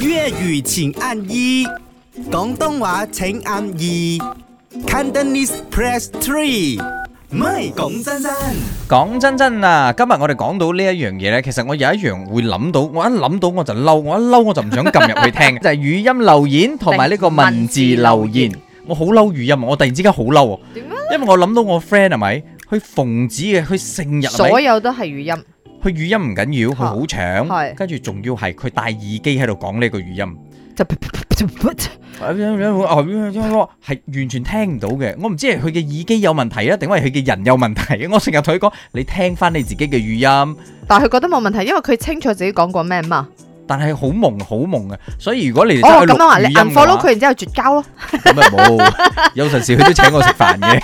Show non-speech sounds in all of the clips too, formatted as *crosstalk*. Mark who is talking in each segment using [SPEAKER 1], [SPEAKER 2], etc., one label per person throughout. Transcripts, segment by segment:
[SPEAKER 1] 粤语请按一，广东话请按二，Cantonese press three。唔係講真真，
[SPEAKER 2] 講真真啊，今日我哋講到呢一樣嘢呢，其實我有一樣會諗到，我一諗到我就嬲，我一嬲我就唔想撳入去
[SPEAKER 3] *laughs*
[SPEAKER 2] 聽，就係語音留言同埋呢個文字留言。我好嬲語音啊，我突然之間好嬲啊，
[SPEAKER 3] 點樣？
[SPEAKER 2] 因為我諗到我 friend 係咪，佢奉旨嘅，佢成日係咪
[SPEAKER 3] 所有都係語音，
[SPEAKER 2] 佢語音唔緊要，佢好長，
[SPEAKER 3] 係
[SPEAKER 2] 跟住仲要係佢戴耳機喺度講呢個語
[SPEAKER 3] *laughs*
[SPEAKER 2] 音。
[SPEAKER 3] 就
[SPEAKER 2] 係完全聽唔到嘅，我唔知係佢嘅耳機有問題啊，定係佢嘅人有問題。啊我成日同佢講，你聽翻你自己嘅語音，
[SPEAKER 3] 但係佢覺得冇問題，因為佢清楚自己講過咩嘛。
[SPEAKER 2] 但係好朦好朦啊。所以如果你哋真
[SPEAKER 3] 哦，
[SPEAKER 2] 係
[SPEAKER 3] 咁樣啊，
[SPEAKER 2] 錄
[SPEAKER 3] 你
[SPEAKER 2] 語音嘅話
[SPEAKER 3] unfollow 佢，然之後絕交咯。
[SPEAKER 2] 咁又冇，有陣時佢都請我食飯
[SPEAKER 3] *laughs*
[SPEAKER 2] 嘅。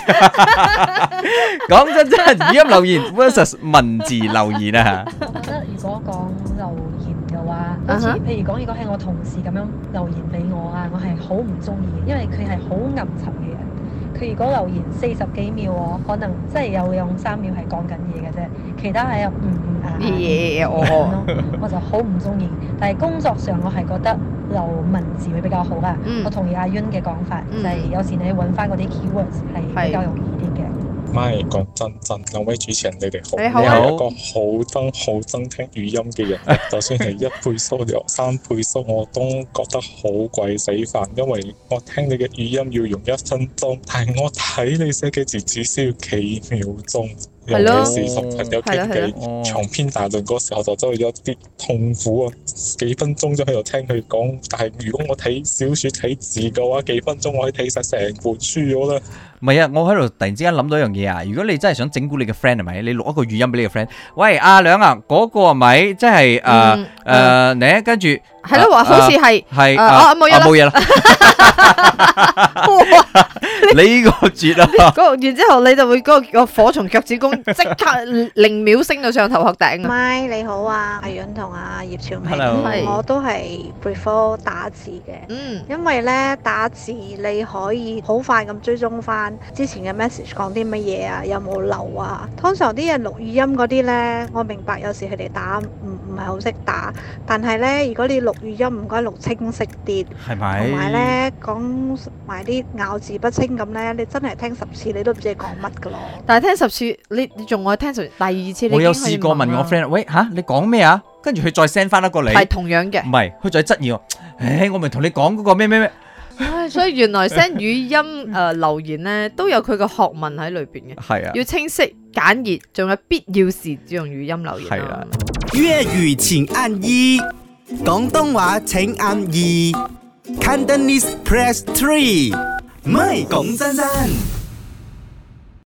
[SPEAKER 2] 講真真，語音留言 versus 文字留言啊，
[SPEAKER 4] 我覺得如果講留言嘅話，
[SPEAKER 3] 啊
[SPEAKER 4] 好似
[SPEAKER 3] 哈
[SPEAKER 4] 譬如講，如果係我同事咁樣留言俾我啊，我係好唔中意嘅，因為佢係好暗沉嘅人。佢如果留言四十幾秒我可能即係有用三秒係講緊嘢嘅啫，其他係嗯嗯啊啊
[SPEAKER 3] 耶，
[SPEAKER 4] 咁
[SPEAKER 2] *laughs*
[SPEAKER 3] 我
[SPEAKER 4] 咯，我就好唔中意。但係工作上我係覺得留文字會比較好啦。
[SPEAKER 3] 嗯
[SPEAKER 4] 我同意阿 Yun 嘅講法，
[SPEAKER 3] 嗯
[SPEAKER 4] 就係有時你揾翻嗰啲 keywords 係比較容易啲嘅。
[SPEAKER 5] 咪講真真，兩位主持人你哋好，
[SPEAKER 3] 你好
[SPEAKER 2] 啊
[SPEAKER 5] 我係一個好憎好憎聽語音嘅人，就算係一倍速、三倍速，我都覺得好鬼死煩，因為我聽你嘅語音要用一分鐘，但係我睇你寫嘅字只需要幾秒
[SPEAKER 3] *laughs*
[SPEAKER 5] 鐘，
[SPEAKER 3] 係咯
[SPEAKER 5] 尤其是同朋友
[SPEAKER 3] 係
[SPEAKER 5] 傾
[SPEAKER 3] 咯係
[SPEAKER 5] 偈。
[SPEAKER 2] 哦
[SPEAKER 5] 長篇大論嗰時候就真係有啲痛苦啊！幾分鐘就喺度聽佢講，但係如果我睇小説睇字嘅話，幾分鐘我可以睇晒成本書咗啦。
[SPEAKER 2] 唔係啊，我喺度突然之間諗到一樣嘢啊！如果你真係想整蠱你嘅 friend 係咪？你錄一個語音俾你嘅 friend，喂阿兩啊，嗰、個係咪即係誒
[SPEAKER 3] 嗯
[SPEAKER 2] 誒你跟住
[SPEAKER 3] 係
[SPEAKER 2] 啊
[SPEAKER 3] 咯，話好似係
[SPEAKER 2] 係
[SPEAKER 3] 啊
[SPEAKER 2] 啊
[SPEAKER 3] 啊冇嘢啦
[SPEAKER 2] 啊冇嘢啦，
[SPEAKER 3] *laughs* 哇
[SPEAKER 2] 你呢個絕啊！
[SPEAKER 3] 嗰個然之後你就會嗰個火從腳
[SPEAKER 2] *laughs*
[SPEAKER 3] 趾公即刻零秒升到上頭殼頂啊！
[SPEAKER 6] 咪你好啊，阿潤同阿葉朝明
[SPEAKER 2] Hello
[SPEAKER 3] 係
[SPEAKER 6] 我都係 prefer 打字嘅，
[SPEAKER 3] 嗯，
[SPEAKER 6] 因為呢打字你可以好快咁追蹤翻之前嘅 message 講啲乜嘢啊，有冇漏啊。通常啲人錄語音嗰啲呢，我明白有時佢哋打唔唔係好識打，但係呢，如果你錄語音唔該錄清晰啲，
[SPEAKER 2] 係
[SPEAKER 6] 同埋
[SPEAKER 2] 咪？
[SPEAKER 6] 呢講埋啲咬字不清咁呢，你真係聽十次你都唔知你講乜噶咯。
[SPEAKER 3] 但係聽十次，你你仲愛聽十次第二次，
[SPEAKER 2] 我有試過問我 friend，喂吓你講咩啊？跟住佢再 send 翻一個你，
[SPEAKER 3] 係
[SPEAKER 2] 唔
[SPEAKER 3] 同
[SPEAKER 2] *laughs*
[SPEAKER 3] 樣嘅。
[SPEAKER 2] 係佢再質疑我，唉，我咪同你講嗰個咩咩咩，
[SPEAKER 3] 唉，所以原來 send 語音誒、呃留言咧，都有佢嘅學問喺裏邊嘅，
[SPEAKER 2] 係啊，
[SPEAKER 3] 要清晰簡易，仲有必要時只用語音留言啊
[SPEAKER 2] 係
[SPEAKER 3] 啦
[SPEAKER 2] 啦。
[SPEAKER 1] 粵語請按一，廣東話請按二，Cantonese press three。唔係講真真。